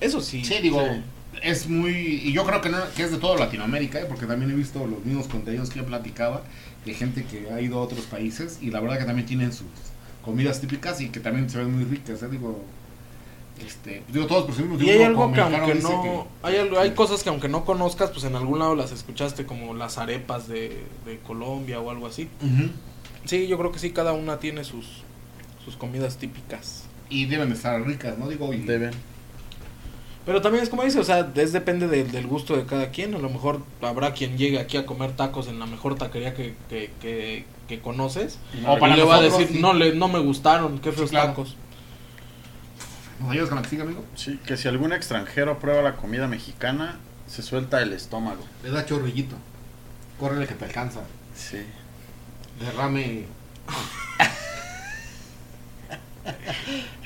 [SPEAKER 2] Eso sí.
[SPEAKER 1] Sí, digo,
[SPEAKER 3] Sí.
[SPEAKER 1] es muy... Y yo creo que, no, que es de todo Latinoamérica, ¿eh? porque también he visto los mismos contenidos que yo platicaba de gente que ha ido a otros países y la verdad que también tienen sus comidas típicas y que también se ven muy ricas, ¿eh? Digo... Este, digo, todos presumimos de
[SPEAKER 2] Y
[SPEAKER 1] uno
[SPEAKER 2] hay
[SPEAKER 1] como
[SPEAKER 2] algo que
[SPEAKER 1] mexicano
[SPEAKER 2] aunque
[SPEAKER 1] dice
[SPEAKER 2] no,
[SPEAKER 1] que-
[SPEAKER 2] hay, algo- hay cosas que aunque no conozcas, pues en algún lado las escuchaste, como las arepas de, de Colombia o algo así.
[SPEAKER 1] Ujú.
[SPEAKER 2] Sí, yo creo que sí, cada una tiene sus, sus comidas típicas.
[SPEAKER 1] Y deben de estar ricas, ¿no? Digo, y-
[SPEAKER 3] Deben.
[SPEAKER 2] Pero también es como dice, o sea, es depende del, del gusto de cada quien. A lo mejor habrá quien llegue aquí a comer tacos en la mejor taquería que, que, que, que conoces.
[SPEAKER 1] O para
[SPEAKER 2] y le va a
[SPEAKER 1] nosotros,
[SPEAKER 2] decir,
[SPEAKER 1] sí.
[SPEAKER 2] no, le, no me gustaron, qué feos
[SPEAKER 1] claro.
[SPEAKER 2] tacos.
[SPEAKER 1] ¿Nos ayudas con la que sigue, amigo?
[SPEAKER 3] Sí, que si algún extranjero prueba la comida mexicana, se suelta el estómago.
[SPEAKER 1] Le da chorrillito. Córrele que te alcanza.
[SPEAKER 3] Sí. [LAUGHS]
[SPEAKER 1] Derrame.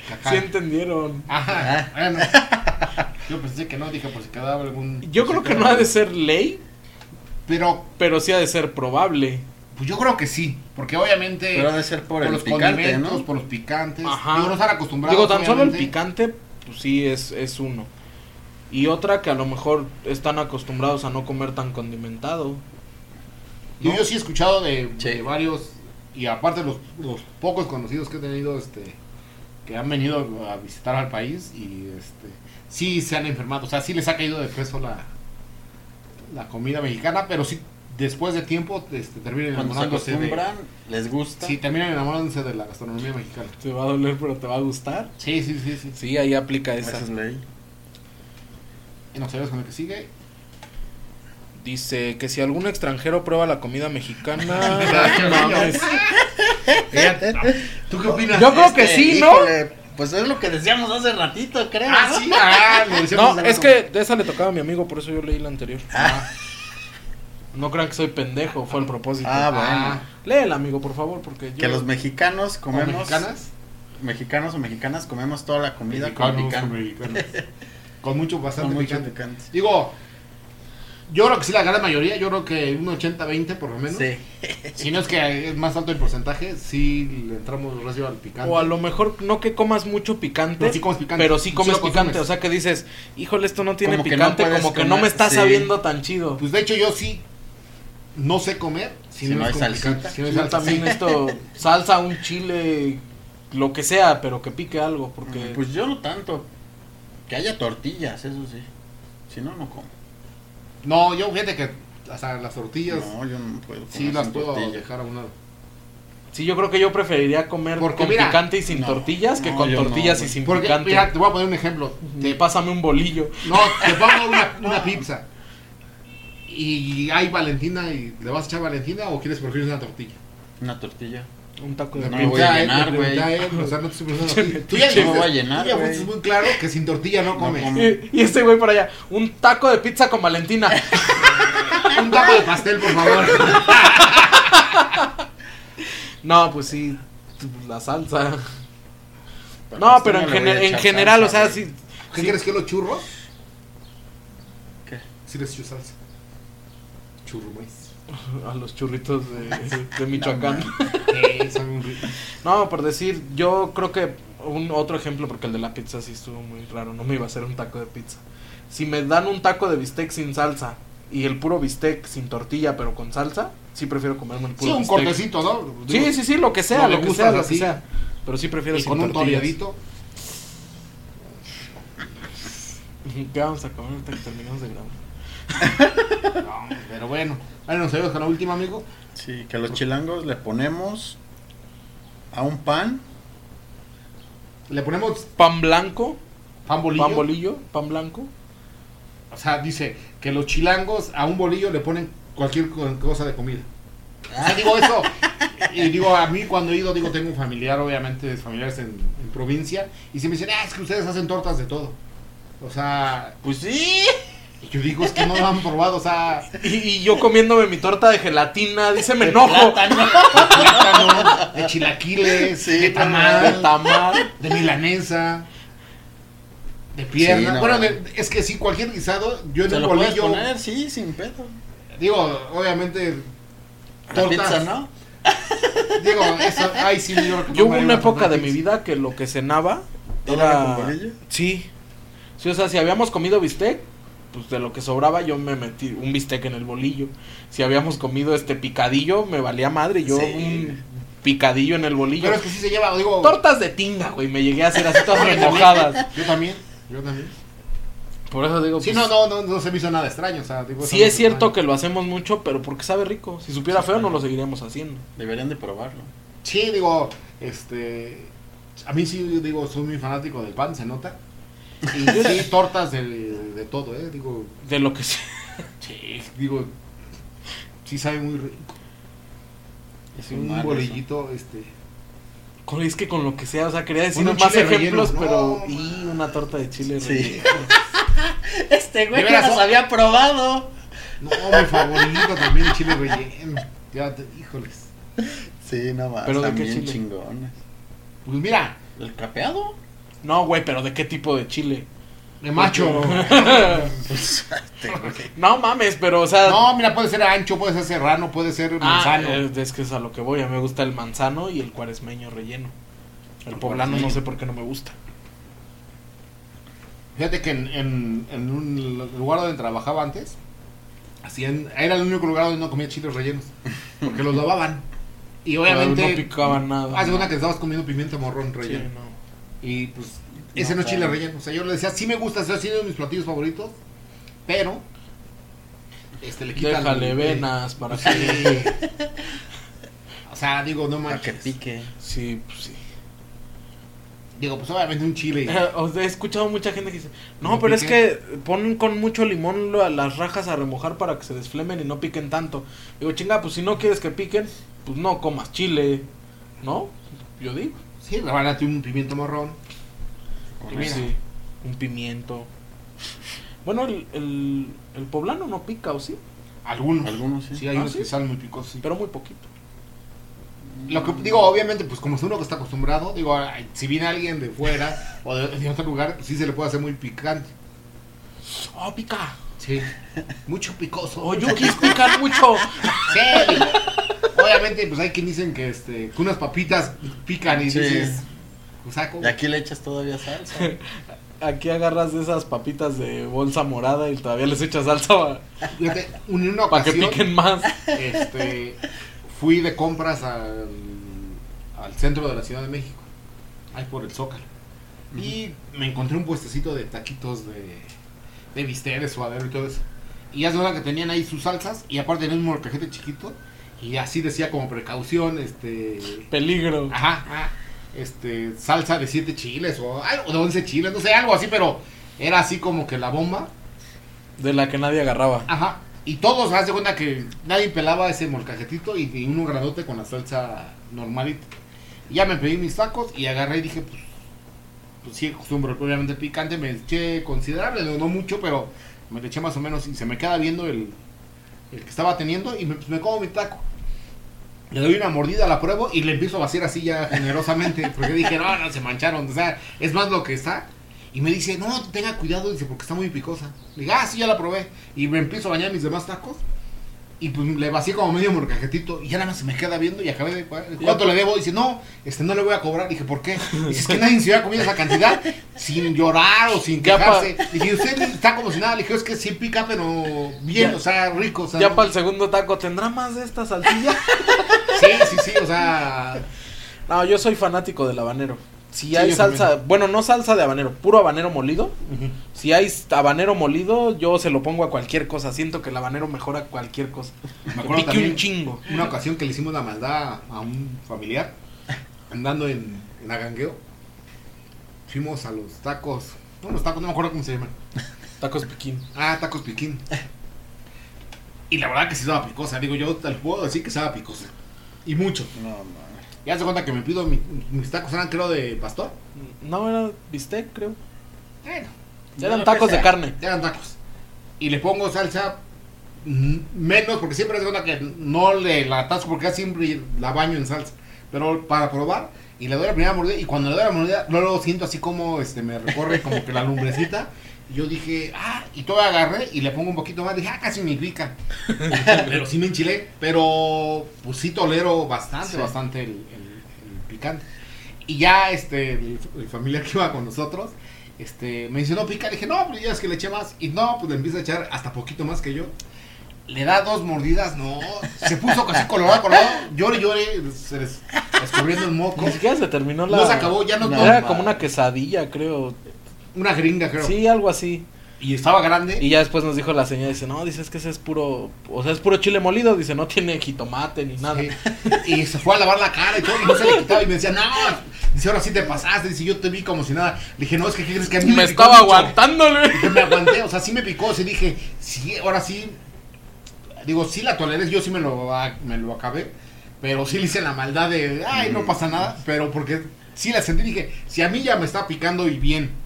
[SPEAKER 1] Cacao.
[SPEAKER 2] Sí entendieron.
[SPEAKER 1] Ah,
[SPEAKER 3] Ah.
[SPEAKER 1] Ajá. Bueno. Yo pensé que no, dije por si quedaba algún.
[SPEAKER 2] Yo
[SPEAKER 1] por
[SPEAKER 2] creo
[SPEAKER 1] si
[SPEAKER 2] que no
[SPEAKER 1] quedaba-
[SPEAKER 2] ha de ser ley,
[SPEAKER 1] Pero,
[SPEAKER 2] pero sí ha de ser probable.
[SPEAKER 1] pues yo creo que sí. Porque obviamente.
[SPEAKER 3] Pero ha de ser por,
[SPEAKER 1] por
[SPEAKER 3] el
[SPEAKER 1] los
[SPEAKER 3] picante,
[SPEAKER 1] condimentos,
[SPEAKER 3] ¿no?
[SPEAKER 1] por los picantes.
[SPEAKER 2] Ajá.
[SPEAKER 1] Digo, no estar acostumbrados.
[SPEAKER 2] Digo, tan solo el
[SPEAKER 1] obviamente.
[SPEAKER 2] picante, pues sí, es, es uno. Y otra que a lo mejor están acostumbrados a no comer tan condimentado.
[SPEAKER 1] Yo,
[SPEAKER 2] ¿no?
[SPEAKER 1] yo sí he escuchado de,
[SPEAKER 3] Sí.
[SPEAKER 1] de varios, y aparte los, los pocos conocidos que he tenido, este, que han venido a visitar al país y este, sí se han enfermado, o sea, sí les ha caído de peso la, la comida mexicana, pero sí después de tiempo este, terminan
[SPEAKER 3] Cuando se
[SPEAKER 1] enamorándose de,
[SPEAKER 3] acostumbran, les gusta.
[SPEAKER 1] sí, terminan enamorándose de la gastronomía mexicana.
[SPEAKER 2] Te va a doler, pero te va a gustar.
[SPEAKER 1] Sí, sí, sí, sí.
[SPEAKER 2] Sí, ahí aplica
[SPEAKER 3] Esa
[SPEAKER 2] esa.
[SPEAKER 3] es ley.
[SPEAKER 1] Y nos sabemos con el que sigue.
[SPEAKER 2] Dice que si algún extranjero prueba la comida mexicana... no mames.
[SPEAKER 1] ¿Tú qué opinas?
[SPEAKER 2] Yo creo que sí, ¿no?
[SPEAKER 3] este, híjole, pues es lo que decíamos hace ratito, creo.
[SPEAKER 1] Ah,
[SPEAKER 3] ¿no?
[SPEAKER 1] sí, ah, lo decíamos
[SPEAKER 2] No,
[SPEAKER 1] hace
[SPEAKER 2] es
[SPEAKER 1] rato.
[SPEAKER 2] que de esa le tocaba a mi amigo, por eso yo leí la anterior. Ah. No crean que soy pendejo, fue el propósito.
[SPEAKER 3] Ah, bueno.
[SPEAKER 1] Ah,
[SPEAKER 2] Léela, amigo, por favor, porque yo...
[SPEAKER 3] Que los mexicanos
[SPEAKER 1] ¿con
[SPEAKER 3] comemos.
[SPEAKER 1] mexicanas?
[SPEAKER 3] Mexicanos o mexicanas comemos toda la comida con
[SPEAKER 1] Mexicanos, con
[SPEAKER 3] picante.
[SPEAKER 1] mexicanos.
[SPEAKER 3] [LAUGHS]
[SPEAKER 1] Con mucho, bastante
[SPEAKER 3] Con mucho
[SPEAKER 1] picante.
[SPEAKER 3] picante.
[SPEAKER 1] Digo, yo creo que sí la gran mayoría, yo creo que un 80-20 por lo menos.
[SPEAKER 3] Sí.
[SPEAKER 1] Si no es que es más alto el porcentaje, sí le entramos recio al picante.
[SPEAKER 2] O a lo mejor no que comas mucho picante,
[SPEAKER 1] Pero sí comes picante.
[SPEAKER 2] pero sí
[SPEAKER 1] Sí
[SPEAKER 2] comes
[SPEAKER 1] lo consumes.
[SPEAKER 2] picante. O sea que dices, híjole, esto no tiene
[SPEAKER 3] Como que no
[SPEAKER 2] picante,
[SPEAKER 3] puedes
[SPEAKER 2] como que no me
[SPEAKER 3] comer,
[SPEAKER 2] está
[SPEAKER 3] sí.
[SPEAKER 2] sabiendo tan chido.
[SPEAKER 1] Pues de hecho yo sí no sé comer
[SPEAKER 3] Si no
[SPEAKER 1] es
[SPEAKER 3] hay
[SPEAKER 1] con
[SPEAKER 3] salsita.
[SPEAKER 1] picante. Si no hay
[SPEAKER 2] Yo
[SPEAKER 1] salsa,
[SPEAKER 2] también
[SPEAKER 1] sí.
[SPEAKER 2] esto, salsa, un chile, lo que sea, pero que pique algo, porque...
[SPEAKER 3] Pues yo no tanto. Que haya tortillas, eso sí. Si no, no como.
[SPEAKER 1] No, yo fíjate que hasta las tortillas
[SPEAKER 3] No, yo no puedo comer
[SPEAKER 1] sí las
[SPEAKER 3] sin
[SPEAKER 1] puedo
[SPEAKER 3] tortilla.
[SPEAKER 1] dejar a un lado.
[SPEAKER 2] Sí, yo creo que yo preferiría comer
[SPEAKER 1] Porque
[SPEAKER 2] con
[SPEAKER 1] mira,
[SPEAKER 2] picante y sin
[SPEAKER 3] no,
[SPEAKER 2] tortillas que
[SPEAKER 3] no,
[SPEAKER 2] con
[SPEAKER 3] yo no,
[SPEAKER 2] tortillas y
[SPEAKER 3] güey.
[SPEAKER 2] sin
[SPEAKER 1] Porque,
[SPEAKER 2] picante.
[SPEAKER 1] mira, te voy a poner un ejemplo.
[SPEAKER 2] Te
[SPEAKER 1] Te
[SPEAKER 2] pásame un bolillo.
[SPEAKER 1] No, te pongo una, una pizza. Y hay Valentina y le vas a echar Valentina o quieres preferir una tortilla.
[SPEAKER 3] Una tortilla.
[SPEAKER 2] Un taco de
[SPEAKER 3] No,
[SPEAKER 1] Le
[SPEAKER 2] pizza.
[SPEAKER 3] voy
[SPEAKER 1] pregunté
[SPEAKER 3] a
[SPEAKER 1] a él,
[SPEAKER 3] llenar,
[SPEAKER 1] le pregunté
[SPEAKER 3] güey.
[SPEAKER 1] a él, o sea, no te estoy preguntando a ti. Tú
[SPEAKER 3] pinche, me voy a llenar,
[SPEAKER 1] tú ya
[SPEAKER 3] güey.
[SPEAKER 1] fuiste muy claro que sin tortilla no comes.
[SPEAKER 3] como.
[SPEAKER 2] Y, y este güey para allá, un taco de pizza
[SPEAKER 1] [LAUGHS]
[SPEAKER 2] con Valentina.
[SPEAKER 1] Un taco de pastel, por favor.
[SPEAKER 2] No, pues sí, la salsa.
[SPEAKER 3] Para
[SPEAKER 2] No,
[SPEAKER 3] pastel
[SPEAKER 2] pero en,
[SPEAKER 3] le voy a
[SPEAKER 2] gener- en
[SPEAKER 3] echar
[SPEAKER 2] general, o
[SPEAKER 3] salsa,
[SPEAKER 2] sea,
[SPEAKER 3] güey.
[SPEAKER 2] sí.
[SPEAKER 1] ¿Qué
[SPEAKER 2] sí.
[SPEAKER 1] quieres que los churros?
[SPEAKER 3] ¿Qué?
[SPEAKER 1] Sí les echo salsa. Churro, güey.
[SPEAKER 2] A los churritos de, de Michoacán.
[SPEAKER 1] Eh, sabe muy rico.
[SPEAKER 2] No, por decir, yo creo que un otro ejemplo, porque el de la pizza sí estuvo muy raro, no me iba a hacer un taco de pizza. Si me dan un taco de bistec sin salsa y el puro bistec sin tortilla, pero con salsa, sí prefiero comerme el
[SPEAKER 1] Sí,
[SPEAKER 2] puro
[SPEAKER 1] un
[SPEAKER 2] bistec.
[SPEAKER 1] cortecito, ¿no?
[SPEAKER 2] Sí, sí, sí, lo que sea,
[SPEAKER 1] No le
[SPEAKER 2] lo que
[SPEAKER 1] gustas
[SPEAKER 2] sea, lo que
[SPEAKER 1] así.
[SPEAKER 2] sea. Pero sí prefiero
[SPEAKER 1] Y
[SPEAKER 2] sin
[SPEAKER 1] con un
[SPEAKER 2] tortillas.
[SPEAKER 1] toreadito.
[SPEAKER 2] Ujú, ¿Qué vamos a comer ahorita que terminamos de grabar?
[SPEAKER 1] No, pero bueno. Bueno, nos vemos con la última, amigo.
[SPEAKER 3] Sí, que a los chilangos le ponemos a un pan.
[SPEAKER 1] Le ponemos
[SPEAKER 2] Pan blanco,
[SPEAKER 1] pan bolillo.
[SPEAKER 2] pan bolillo, pan blanco.
[SPEAKER 1] O sea, dice que los chilangos a un bolillo le ponen cualquier co- cosa de comida. O sea, digo eso. Y digo, a mí cuando he ido, digo, tengo un familiar, obviamente, familiares en, en provincia. Y se me dicen, ah, es que ustedes hacen tortas de todo. O sea,
[SPEAKER 3] Pues sí.
[SPEAKER 1] y yo digo, es que no lo han probado. O sea,
[SPEAKER 2] Y, y yo comiéndome mi torta de gelatina, dice me
[SPEAKER 3] De
[SPEAKER 2] enojo.
[SPEAKER 3] plátano.
[SPEAKER 1] de plátano, de chilaquiles,
[SPEAKER 3] Sí,
[SPEAKER 1] de
[SPEAKER 2] [LAUGHS] De
[SPEAKER 1] tamal,
[SPEAKER 2] tamal.
[SPEAKER 1] de milanesa, de pierna.
[SPEAKER 3] Sí, no.
[SPEAKER 1] bueno, de- es que sí, cualquier guisado, yo en
[SPEAKER 3] Te
[SPEAKER 1] un
[SPEAKER 3] lo puedes
[SPEAKER 1] bolillo.
[SPEAKER 3] poner, sí, sin pedo.
[SPEAKER 1] Digo, obviamente.
[SPEAKER 3] La
[SPEAKER 1] Tortas,
[SPEAKER 3] pizza, ¿no?
[SPEAKER 1] Digo, eso, ay, sí, yo
[SPEAKER 2] Yo hubo una época de mi vida que lo que cenaba
[SPEAKER 3] ¿Todo era
[SPEAKER 2] era...
[SPEAKER 3] con bolillo?
[SPEAKER 2] Sí. Sí, o sea, si habíamos comido bistec, pues de lo que sobraba yo me metí un bistec en el bolillo. Si habíamos comido este picadillo, me valía madre. Yo
[SPEAKER 3] Sí.
[SPEAKER 2] un picadillo en el bolillo.
[SPEAKER 1] Pero es que sí se lleva, digo.
[SPEAKER 2] Tortas de tinga, güey, me llegué a hacer así
[SPEAKER 1] [LAUGHS]
[SPEAKER 2] todas remojadas.
[SPEAKER 1] Yo también, yo también.
[SPEAKER 2] Por eso digo,
[SPEAKER 1] Sí,
[SPEAKER 2] pues,
[SPEAKER 1] no, no, no, no se me hizo nada extraño, o sea, digo,
[SPEAKER 2] sí es cierto que lo hacemos mucho, pero porque sabe rico. Si supiera feo, no lo seguiríamos haciendo.
[SPEAKER 3] Deberían de probarlo.
[SPEAKER 1] Sí, digo, este. A mí sí, digo, soy muy fanático del pan, se nota. Y
[SPEAKER 2] [LAUGHS]
[SPEAKER 1] sí, tortas de, de todo, ¿eh? Digo,
[SPEAKER 2] De lo que sea. [LAUGHS]
[SPEAKER 1] sí, digo, sí sabe muy rico.
[SPEAKER 3] Es
[SPEAKER 1] un
[SPEAKER 3] mal eso.
[SPEAKER 1] bolillito, este.
[SPEAKER 2] Con- Es que con lo que sea, o sea, quería decir
[SPEAKER 1] Con un
[SPEAKER 2] más
[SPEAKER 1] chile
[SPEAKER 2] ejemplos,
[SPEAKER 1] relleno.
[SPEAKER 2] pero.
[SPEAKER 1] No,
[SPEAKER 2] y una torta de chile
[SPEAKER 3] Sí.
[SPEAKER 2] relleno.
[SPEAKER 3] Este
[SPEAKER 1] De
[SPEAKER 3] güey ya
[SPEAKER 1] veras,
[SPEAKER 3] los
[SPEAKER 1] ¿no?
[SPEAKER 3] había probado.
[SPEAKER 1] No, mi favorito también, el chile relleno. Ya, te- híjoles.
[SPEAKER 3] Sí, no más.
[SPEAKER 2] ¿Pero de qué
[SPEAKER 3] también
[SPEAKER 2] chile?
[SPEAKER 3] chingones.
[SPEAKER 1] Pues mira,
[SPEAKER 3] ¿El capeado?
[SPEAKER 2] No, güey, pero ¿de qué tipo de chile? Pues
[SPEAKER 1] de macho.
[SPEAKER 2] [LAUGHS] No mames, pero, o sea.
[SPEAKER 1] No, mira, puede ser ancho, puede ser serrano, puede ser
[SPEAKER 2] ah,
[SPEAKER 1] manzano.
[SPEAKER 2] eh, es que es a lo que voy. A mí me gusta el manzano y el cuaresmeño relleno. El poblano no sé por qué no me gusta.
[SPEAKER 1] Fíjate que en, en- en un lugar donde trabajaba antes, hacían, era el único lugar donde no comía chiles rellenos, porque los lavaban. Y obviamente...
[SPEAKER 2] no picaban nada.
[SPEAKER 1] Hace
[SPEAKER 2] ¿no?
[SPEAKER 1] una que estabas comiendo pimiento morrón
[SPEAKER 2] Sí,
[SPEAKER 1] relleno.
[SPEAKER 2] no.
[SPEAKER 1] Y pues ese no,
[SPEAKER 3] No,
[SPEAKER 1] es chile
[SPEAKER 3] claro.
[SPEAKER 1] relleno. O sea, yo le decía, sí me gusta, ese ha sido de mis platillos favoritos, pero... Este, le quitan...
[SPEAKER 2] Déjale
[SPEAKER 1] eh,
[SPEAKER 2] venas para que.
[SPEAKER 1] Sí. o sea, digo, no
[SPEAKER 3] Para que
[SPEAKER 1] manches.
[SPEAKER 3] pique.
[SPEAKER 2] Sí, pues sí.
[SPEAKER 1] Digo, pues obviamente un chile. y-
[SPEAKER 2] [LAUGHS] O sea, he escuchado mucha gente que dice: No,
[SPEAKER 1] No
[SPEAKER 2] pero es que
[SPEAKER 1] pique".
[SPEAKER 2] ponen con mucho limón lo- las rajas a remojar para que se desflemen y no piquen tanto. Digo, chinga, pues si no quieres que piquen, pues no comas chile. ¿No? Yo digo.
[SPEAKER 1] Sí, rebánate un pimiento morrón.
[SPEAKER 3] Con
[SPEAKER 1] Y
[SPEAKER 3] eso.
[SPEAKER 1] mira.
[SPEAKER 2] Sí, un pimiento. Bueno, el, el, el poblano no pica, ¿o sí?
[SPEAKER 1] Algunos.
[SPEAKER 3] Algunos sí.
[SPEAKER 1] Sí, hay
[SPEAKER 2] Ah,
[SPEAKER 1] unos
[SPEAKER 2] ¿sí?
[SPEAKER 1] que salen muy picosos. sí.
[SPEAKER 2] Pero muy poquito.
[SPEAKER 1] Lo que digo, obviamente, pues como es uno que está acostumbrado, digo, ay, si viene alguien de fuera o de, de otro lugar, pues, sí se le puede hacer muy picante.
[SPEAKER 2] ¡Oh, pica!
[SPEAKER 1] Sí. Mucho picoso.
[SPEAKER 2] ¡Oh, [LAUGHS] yukis pican mucho!
[SPEAKER 1] Sí, digo, obviamente, pues hay quien dicen que este, que unas papitas pican y
[SPEAKER 3] Sí.
[SPEAKER 1] dices, "Pues, o sea, como-
[SPEAKER 3] Y aquí le echas todavía
[SPEAKER 2] [LAUGHS]
[SPEAKER 3] salsa.
[SPEAKER 2] Aquí agarras de esas papitas de bolsa morada y todavía les echas salsa
[SPEAKER 1] fíjate, en una
[SPEAKER 2] para que
[SPEAKER 1] ocasión,
[SPEAKER 2] piquen [LAUGHS] más.
[SPEAKER 1] este, fui de compras al, al centro de la Ciudad de México, ahí por el Zócalo. Y me encontré un puestecito de taquitos de, de bistec, de suadero y todo eso. Y ya se que tenían ahí sus salsas y aparte tenían un molcajete chiquito Y así decía como precaución, este...
[SPEAKER 2] Peligro.
[SPEAKER 1] Ajá, ajá, este, salsa de 7 chiles o, algo de 11 chiles, no sé, algo así, pero era así como que la bomba.
[SPEAKER 2] De la que nadie agarraba.
[SPEAKER 1] Ajá. Y todos, haz de cuenta que nadie pelaba ese molcajetito y, y uno grandote con la salsa normalita. Y ya me pedí mis tacos y agarré y dije, pues, pues sí, acostumbro, obviamente picante, me eché considerable, no, no mucho, pero me le eché más o menos y se me queda viendo el, el que estaba teniendo y me, pues, me como mi taco. Le doy una mordida, la pruebo y le empiezo a vaciar así ya generosamente. Porque dije, no, no, se mancharon. O sea, es más lo que está. Y me dice, no, tenga cuidado, dice, porque está muy picosa. Le digo, ah, sí, ya la probé. Y me empiezo a bañar mis demás tacos. Y pues le vacié como medio morcajetito. Y ya nada más se me queda viendo y acabé de. ¿Cuánto le debo? Dice, no, este no le voy a cobrar. Dije, ¿por qué? Dice, es que nadie se hubiera comido esa cantidad sin llorar o sin
[SPEAKER 2] Ya pa-
[SPEAKER 1] quejarse. Dije, usted está como si nada. Le dije, es que sí pica, pero bien,
[SPEAKER 2] Ya-
[SPEAKER 1] o sea, rico. O sea,
[SPEAKER 2] Ya para el segundo taco, ¿tendrá más de esta salsilla?
[SPEAKER 1] Sí, sí, sí, o sea.
[SPEAKER 2] [LAUGHS] no, yo soy fanático del habanero. Si
[SPEAKER 1] Sí,
[SPEAKER 2] hay
[SPEAKER 1] yo
[SPEAKER 2] salsa, bueno, no salsa de habanero, puro habanero molido.
[SPEAKER 1] ujú.
[SPEAKER 2] Si hay habanero molido, yo se lo pongo a cualquier cosa. Siento que el habanero mejora cualquier cosa.
[SPEAKER 1] Me
[SPEAKER 2] Que
[SPEAKER 1] acuerdo
[SPEAKER 2] pique
[SPEAKER 1] también-
[SPEAKER 2] un chingo.
[SPEAKER 1] una ocasión que le hicimos la maldad a un familiar andando en, en Agangueo. Fuimos a los tacos. No, los tacos, no me acuerdo cómo se llaman.
[SPEAKER 2] Tacos piquín.
[SPEAKER 1] Ah, tacos piquín. Y la verdad que sí estaba picosa. Digo, yo te lo puedo decir que estaba picosa. Y mucho.
[SPEAKER 3] No, mames.
[SPEAKER 1] Ya se cuenta que me pido mi- mis tacos, eran creo de pastor.
[SPEAKER 2] No, era bistec, creo.
[SPEAKER 1] Bueno,
[SPEAKER 3] Lo
[SPEAKER 2] Eran
[SPEAKER 3] que
[SPEAKER 2] tacos de
[SPEAKER 3] sea.
[SPEAKER 2] carne.
[SPEAKER 1] eran tacos. Y le pongo salsa mm, menos, porque siempre es cuenta que no le la atasco, porque casi siempre la baño en salsa. Pero para probar, y le doy la primera mordida, y cuando le doy la mordida, luego siento así como este, me recorre como que la lumbrecita. Y yo dije, ah, y todavía agarré y le pongo un poquito más. Dije, ah, casi me pica. [LAUGHS] pero sí me enchilé, pero pues sí tolero bastante,
[SPEAKER 3] Sí.
[SPEAKER 1] bastante el, el- el picante. Y ya este, el, el familiar que iba con nosotros, este, me dice, no pica. Le dije, no, pues ya es que le eché más. Y no, pues le empieza a echar hasta poquito más que yo. Le da dos mordidas, no. Se puso casi colorado, colorado. Llore, llore, se les escurriendo el
[SPEAKER 2] [LAUGHS]
[SPEAKER 1] moco.
[SPEAKER 2] Ni siquiera se terminó la.
[SPEAKER 1] No se acabó, ya no,
[SPEAKER 3] No.
[SPEAKER 1] todo.
[SPEAKER 2] Era como una quesadilla, creo.
[SPEAKER 1] Una gringa, creo.
[SPEAKER 2] Sí, algo así.
[SPEAKER 1] Y estaba grande.
[SPEAKER 2] Y ya después nos dijo la señora, dice, no, dice, es que ese es puro, o sea, es puro chile molido, dice, no tiene jitomate ni nada.
[SPEAKER 1] Sí. Y se fue a lavar la cara y todo, y no se le quitaba. Y me decía, no, dice, ahora sí te pasaste. Dice, yo te vi como si nada. Le dije, no, es que ¿qué crees que a mí
[SPEAKER 2] Me
[SPEAKER 1] picó
[SPEAKER 2] estaba
[SPEAKER 1] mucho?".
[SPEAKER 2] aguantándole.
[SPEAKER 1] Dije, me aguanté, o sea, sí me picó. Sí dije, sí, ahora sí. Digo, sí la toleré, yo sí me lo, a- me lo acabé. Pero sí le hice la maldad de, ay, no pasa nada. Pero porque sí la sentí, dije, si a mí ya me está picando y bien.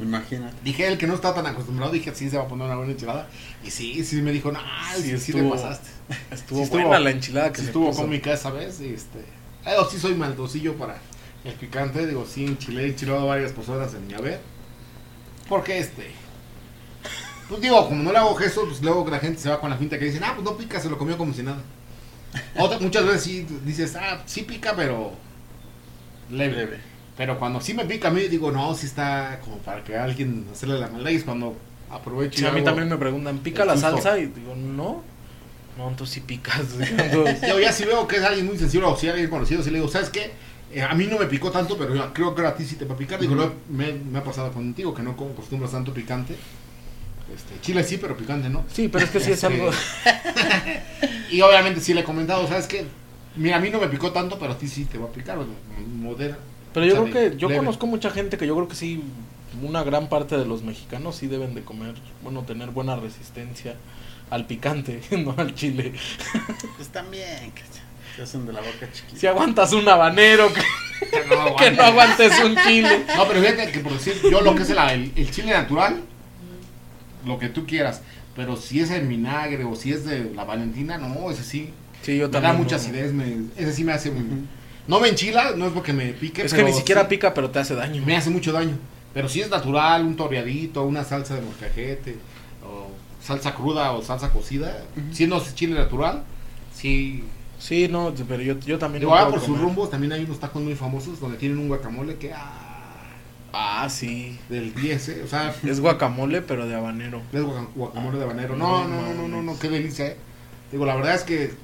[SPEAKER 3] Imagínate.
[SPEAKER 1] Dije, el que no está tan acostumbrado, dije, sí se va a poner una buena enchilada. Y sí, sí me dijo, no, sí,
[SPEAKER 2] Sí
[SPEAKER 1] sí te
[SPEAKER 2] estuvo-
[SPEAKER 1] pasaste.
[SPEAKER 2] Estuvo
[SPEAKER 1] Sí, estuvo-
[SPEAKER 2] buena la enchilada que
[SPEAKER 1] Sí
[SPEAKER 2] se
[SPEAKER 1] estuvo
[SPEAKER 2] puso.
[SPEAKER 1] cómica esa vez y este pero sí soy maldosillo para el picante digo sí enchilé enchilado varias personas en mi haber porque este pues digo como no le hago gestos pues luego la gente se va con la finta que dicen ah pues no pica se lo comió como si nada Otra- muchas veces sí dices ah sí pica pero leve
[SPEAKER 3] Breve.
[SPEAKER 1] pero cuando sí me pica a mí digo no sí está como para que alguien hacerle la maldad y es cuando aprovecho
[SPEAKER 2] Sí,
[SPEAKER 1] y
[SPEAKER 2] a mí
[SPEAKER 1] hago-
[SPEAKER 2] también me preguntan, ¿pica
[SPEAKER 1] el
[SPEAKER 2] la
[SPEAKER 1] susto.
[SPEAKER 2] salsa? Y digo, no, no, entonces sí picas. [LAUGHS] Entonces,
[SPEAKER 1] Yo ya si veo que es alguien muy sensible o si alguien conocido, si le digo, ¿sabes qué? Eh, a mí no me picó tanto, pero yo creo que a ti sí te va a picar. Digo,
[SPEAKER 2] Ujú.
[SPEAKER 1] lo- me, me ha pasado contigo que no como- acostumbras tanto picante. Este, chile sí, pero picante no.
[SPEAKER 2] sí, pero es que sí es
[SPEAKER 1] Este,
[SPEAKER 2] algo,
[SPEAKER 1] Y obviamente sí le he comentado, ¿sabes qué? Mira, a mí no me picó tanto, pero a ti sí te va a picar. o sea, Modera.
[SPEAKER 2] pero yo
[SPEAKER 1] Chale,
[SPEAKER 2] creo que, yo
[SPEAKER 1] leve.
[SPEAKER 2] conozco mucha gente que yo creo que sí, una gran parte de los mexicanos sí deben de comer, bueno, tener buena resistencia al picante, [LAUGHS] no al chile.
[SPEAKER 3] Pues también, que se- se hacen de la boca chiquita.
[SPEAKER 2] Si aguantas un habanero, que,
[SPEAKER 1] No,
[SPEAKER 2] [LAUGHS] que no aguantes un chile.
[SPEAKER 1] No, pero fíjate que por decir, yo lo que es la- el, el chile natural, lo que tú quieras. Pero si es en vinagre o si es de la Valentina, no, ese sí.
[SPEAKER 2] Sí, yo
[SPEAKER 1] Me da
[SPEAKER 2] también.
[SPEAKER 1] mucha
[SPEAKER 2] no.
[SPEAKER 1] acidez, me, ese sí me hace... un- No me enchila, no es porque me pique,
[SPEAKER 2] Es que
[SPEAKER 1] pero
[SPEAKER 2] ni siquiera
[SPEAKER 1] sí
[SPEAKER 2] pica, pero te hace daño.
[SPEAKER 1] me hace mucho daño. Pero si es natural, un toreadito, una salsa de molcajete, o salsa cruda o salsa cocida, si no es chile natural, sí...
[SPEAKER 2] Sí, no, pero yo, yo también.
[SPEAKER 1] Digo,
[SPEAKER 2] no
[SPEAKER 1] ahora
[SPEAKER 2] puedo
[SPEAKER 1] por sus
[SPEAKER 2] comer.
[SPEAKER 1] rumbos también hay unos tacos muy famosos donde tienen un guacamole que... ah,
[SPEAKER 2] Ah, sí.
[SPEAKER 1] del 10, ¿eh? O
[SPEAKER 2] [LAUGHS]
[SPEAKER 1] sea,
[SPEAKER 2] Es guacamole, pero de habanero.
[SPEAKER 1] Es guaca- guacamole de habanero. No, no, no, no, no, no, qué delicia, eh. Digo, la verdad es que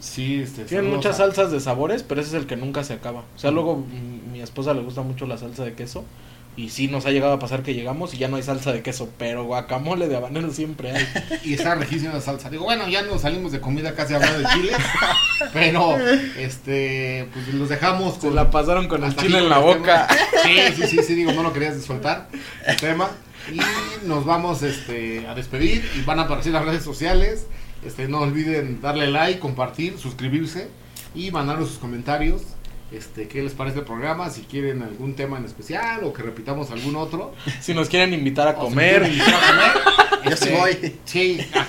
[SPEAKER 1] sí, este.
[SPEAKER 2] Tienen
[SPEAKER 1] saludos
[SPEAKER 2] muchas
[SPEAKER 1] a-
[SPEAKER 2] salsas de sabores, pero ese es el que nunca se acaba. O sea, luego mm, mi esposa le gusta mucho la salsa de queso. Y sí nos ha llegado a pasar que llegamos y ya no hay salsa de queso, pero guacamole de habanero siempre
[SPEAKER 1] [LAUGHS]
[SPEAKER 2] hay.
[SPEAKER 1] Y está riquísima la salsa. Digo, bueno, ya nos salimos de comida casi hablando de chile. [LAUGHS] pero, este, pues los dejamos
[SPEAKER 2] Se la pasaron con el
[SPEAKER 1] hasta
[SPEAKER 2] chile
[SPEAKER 1] aquí
[SPEAKER 2] en la
[SPEAKER 1] con el
[SPEAKER 2] boca.
[SPEAKER 1] tema. Sí, sí, sí, sí, digo, no lo querías soltar el tema. Y nos vamos este, a despedir y van a aparecer las redes sociales. Este, no olviden darle like, compartir, suscribirse y mandarnos sus comentarios. Este, ¿Qué les parece el programa? Si quieren algún tema en especial o que repitamos algún otro.
[SPEAKER 2] [LAUGHS] Si nos quieren invitar a
[SPEAKER 1] O si
[SPEAKER 2] comer.
[SPEAKER 1] quieren invitar a comer,
[SPEAKER 3] Yo
[SPEAKER 1] este,
[SPEAKER 3] sí voy.
[SPEAKER 1] Sí. ah,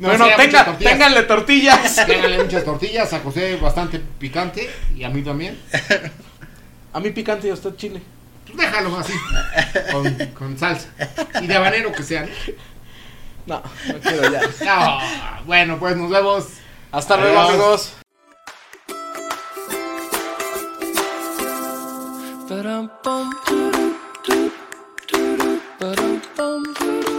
[SPEAKER 1] no,
[SPEAKER 2] bueno,
[SPEAKER 1] sí, hay
[SPEAKER 2] tenga-
[SPEAKER 1] muchas tortillas.
[SPEAKER 2] ténganle tortillas. [LAUGHS]
[SPEAKER 1] Ténganle muchas tortillas. A José bastante picante y a mí también.
[SPEAKER 2] A mí picante y a usted chile.
[SPEAKER 1] Pues Déjalo así, con, con salsa. Y de habanero que sea.
[SPEAKER 2] No, no quiero
[SPEAKER 1] [LAUGHS]
[SPEAKER 2] ya.
[SPEAKER 1] No, bueno, pues nos vemos.
[SPEAKER 2] Hasta luego,
[SPEAKER 1] Adiós.
[SPEAKER 2] amigos.
[SPEAKER 5] Ba-dum-bum, doo-doo, doo-doo, ba-dum-bum, doo-doo.